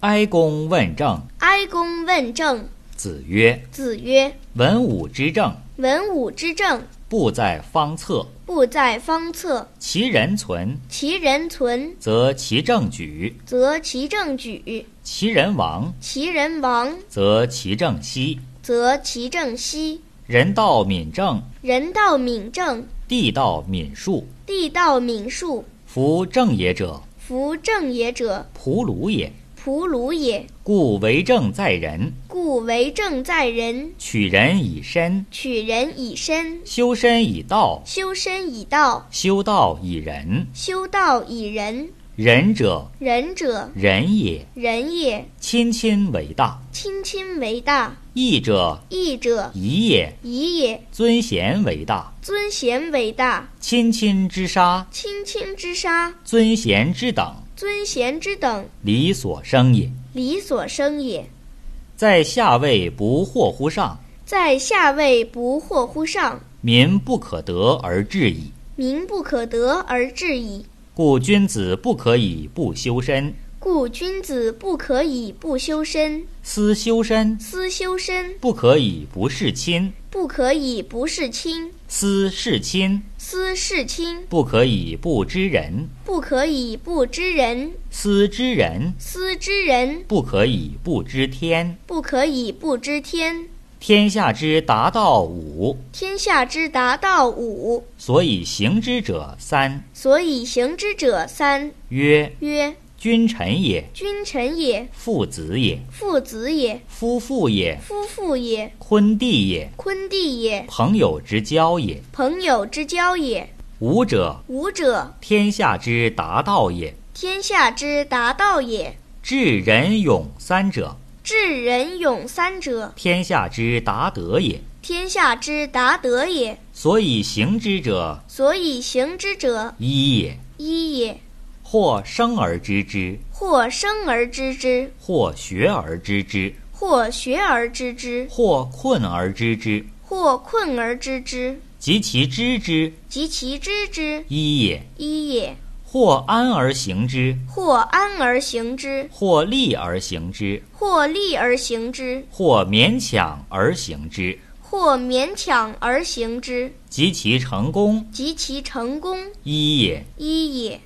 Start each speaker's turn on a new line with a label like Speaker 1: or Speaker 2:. Speaker 1: 哀公问政，
Speaker 2: 哀公问政。
Speaker 1: 子曰
Speaker 2: 子曰：“
Speaker 1: 文武之政，：“
Speaker 2: 文武之政，
Speaker 1: 不在方策。
Speaker 2: 不在方策。
Speaker 1: 其人存，
Speaker 2: 其人存，
Speaker 1: 则其政举；
Speaker 2: 则其政举；
Speaker 1: 其人亡，
Speaker 2: 其人亡，
Speaker 1: 则其政息。
Speaker 2: 则其政息。
Speaker 1: 人道敏政，
Speaker 2: 人道敏政，
Speaker 1: 地道敏术。
Speaker 2: 地道敏术。
Speaker 1: 夫政也者，
Speaker 2: 夫正也者，
Speaker 1: 仆鲁也。
Speaker 2: 仆鲁也。
Speaker 1: 故为政在人，
Speaker 2: 故为政在人，
Speaker 1: 取人以身，
Speaker 2: 取人以身，
Speaker 1: 修身以道，
Speaker 2: 修身以道，
Speaker 1: 修道以仁。
Speaker 2: 修道以仁。
Speaker 1: 仁者，
Speaker 2: 仁者，
Speaker 1: 仁也。
Speaker 2: 仁也。
Speaker 1: 亲亲为大，
Speaker 2: 亲亲为大。
Speaker 1: 义者，
Speaker 2: 义者，
Speaker 1: 义也。
Speaker 2: 义也。
Speaker 1: 尊贤为大，
Speaker 2: 尊贤为大。
Speaker 1: 亲亲之杀，
Speaker 2: 亲亲之杀，
Speaker 1: 尊贤之等，
Speaker 2: 尊贤之等，
Speaker 1: 理所生也。
Speaker 2: 理所生也。
Speaker 1: 在下位不惑乎上，
Speaker 2: 在下位不惑乎上，
Speaker 1: 民不可得而治矣。
Speaker 2: 民不可得而治矣。
Speaker 1: 故君子不可以不修身，
Speaker 2: 故君子不可以不修身，
Speaker 1: 思修身
Speaker 2: 思修身；
Speaker 1: 不可以不事亲，
Speaker 2: 不可以不事亲，
Speaker 1: 思事亲
Speaker 2: 思事亲；
Speaker 1: 不可以不知人，
Speaker 2: 不可以不知人，
Speaker 1: 思知人
Speaker 2: 思知人；
Speaker 1: 不可以不知天。
Speaker 2: 不可以不知天。
Speaker 1: 天下之达道五，
Speaker 2: 天下之达道五，
Speaker 1: 所以行之者三，
Speaker 2: 所以行之者三。
Speaker 1: 曰
Speaker 2: 曰：
Speaker 1: 君臣也，
Speaker 2: 君臣也，
Speaker 1: 父子也，
Speaker 2: 父子也，
Speaker 1: 夫妇也，
Speaker 2: 夫妇也，
Speaker 1: 昆弟也，
Speaker 2: 昆弟也，
Speaker 1: 朋友之交也。
Speaker 2: 朋友之交也。
Speaker 1: 吾者，
Speaker 2: 吾者，
Speaker 1: 天下之达道也。
Speaker 2: 天下之达道也。
Speaker 1: 治仁勇三者，
Speaker 2: 智仁勇三者，
Speaker 1: 天下之达德也。
Speaker 2: 天下之达德也。
Speaker 1: 所以行之者
Speaker 2: 所以行之者，
Speaker 1: 一也。
Speaker 2: 一也。
Speaker 1: 或生而知之，
Speaker 2: 或生而知之，
Speaker 1: 或学而知之，
Speaker 2: 或学而知之，
Speaker 1: 或困而知之。
Speaker 2: 或困而知之，
Speaker 1: 及其知之，
Speaker 2: 及其知之，
Speaker 1: 一也；
Speaker 2: 一也。
Speaker 1: 或安而行之，
Speaker 2: 或安而行之，
Speaker 1: 或立而行之，
Speaker 2: 或立而行之，
Speaker 1: 或勉强而行之。
Speaker 2: 或勉强而行之，
Speaker 1: 及其成功，
Speaker 2: 及其成功，
Speaker 1: 一也。
Speaker 2: 一也。